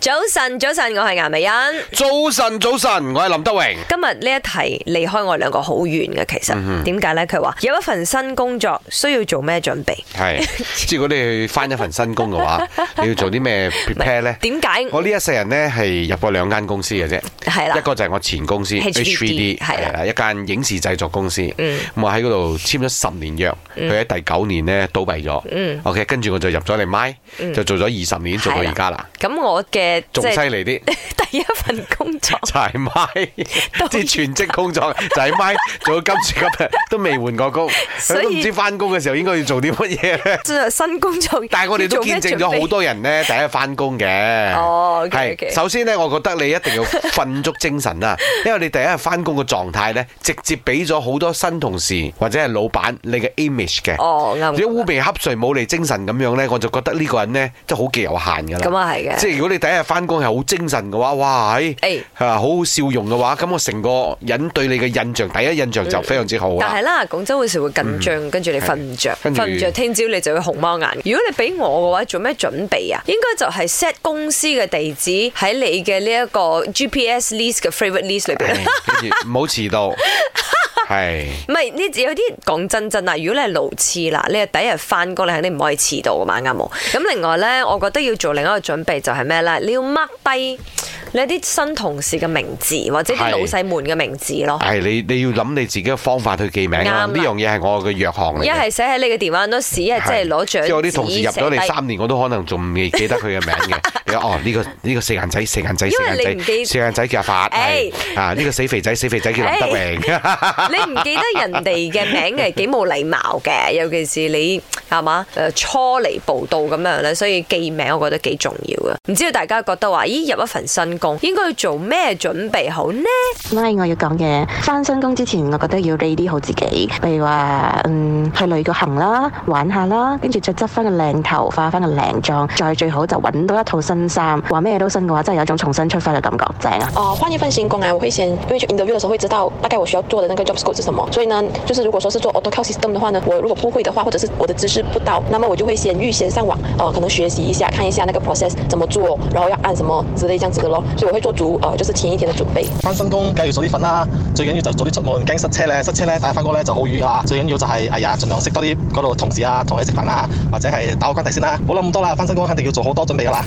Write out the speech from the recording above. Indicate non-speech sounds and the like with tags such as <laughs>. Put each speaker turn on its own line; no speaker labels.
早晨，早晨，我係顏美欣。
早晨，早晨，我係林德榮。
今日呢一題離開我兩個好遠嘅，其實
嗯
點解呢？佢話有一份新工作需要做咩準備？
係， <laughs> 即係如果你去翻一份新工
<laughs>
嘅話，你要做啲咩 prepare 咧？
點解
我呢一世人咧係入過兩間公司嘅啫，
係啦
一個就係我前公司
HVD
HVD，
係啦
一間影視製作公司，
嗯
咁我喺嗰度簽咗十年約，佢喺第九年咧倒閉
嗯
咗，OK，跟住我就入咗嚟 My，就做咗二十年，做到而家啦，
咁我嘅嗯即
仲犀
係
利啲。
<laughs> 第一份工
<laughs>
作
就係 My，即
<laughs>
係全職工作就係 My，做到今時今日都未換過工，
所以
佢都唔知翻工嘅時候應該要做啲乜嘢咧。
即係新工作，
但係我哋都見證咗好
多。
多
<laughs>
人咧，第一翻工嘅。
哦，OK，
係
OK
首先咧，我覺得你一定要 <laughs> 瞓足精神啊，因為你第一日翻工嘅狀態咧，直接俾咗好多新同事或者係老闆你嘅 image 嘅。
哦，啱。
如果烏眉瞌睡冇嚟精神咁樣咧，我就覺得呢個人咧真係好極有限㗎啦。
咁啊係嘅
即係如果你第一日翻工係好精神嘅話，哇，係、
誒
啊好好笑容嘅話，咁我成個人對你嘅印象，第一印象就非常之好
嗯
啊
但係
啦。
啦，廣州嗰時會緊張，跟住你瞓唔着，
嗯跟住
瞓唔着，聽朝你就會紅貓眼。如果你俾我嘅話，做咩準備啊？應該就係 set 公司嘅地址喺你嘅呢一個 GPS list 嘅 favorite list 裏
<laughs>
邊。
唉跟住唔好
<laughs>
遲到，係。
唔係呢，有啲講真真啊！如果你係路痴啦，你係第一日翻工，你肯定唔可以遲到噶啊嘛，啱冇？咁另外咧，我覺得要做另一個準備就係咩咧？你要 mark 低你啲新同事嘅名字或者啲
係
老細們嘅名字咯。
係你你要諗你自己嘅方法去記名
啱啦
啊！呢樣嘢係我嘅弱項嚟
一
嘅。
係寫喺你嘅電話 note 紙，一係即係攞
即係我啲
獎
同事入咗
紙
嚟
寫低
三年，我都可能仲未記得佢
<laughs>
嘅名嘅。你話哦，呢個呢個四眼仔，四眼仔，
因
四
為
眼
你唔記哎
仔，四眼仔叫阿發，係啊呢個死肥仔，死肥仔叫林德榮。
你唔記得人哋嘅名係幾冇禮貌嘅，尤其是你係嘛誒初嚟報到咁樣咧，所以記名我覺得幾重要嘅。唔知道大家覺得話，咦入一份新工應該要做咩準備好呢？
咪我要講嘅，翻新工之前，我覺得要 ready 好自己，譬如話，嗯，去旅個行啦，玩下啦，跟住再執翻個靚頭，化翻個靚妝，再最好就揾到一套新衫，話咩都新嘅話，真係有種重新出發嘅感覺，正啊！
啊、换一份新工啊，我会先，因为去 interview 的时候会知道大概我需要做的那个 job scope 是什么，所以呢，就是如果说是做 AutoCAD system 的话呢，我如果不会的话，或者是我的知识不到，那么我就会先预先上网，呃，可能学习一下，看一下那个 process 怎么做，然后要按什么之类这样子的咯，所以我会做足呃，就是前一天的准备。
翻新工梗係要早啲瞓啦，最緊要就早啲出門，驚塞車咧，塞車咧帶翻工咧就好瘀啦。最緊要就係、哎呀，盡量識多啲嗰度同事啊，同佢食飯啊，或者係打個關係先啦。冇諗咁多啦，翻新工肯定要做好多準備噶啦。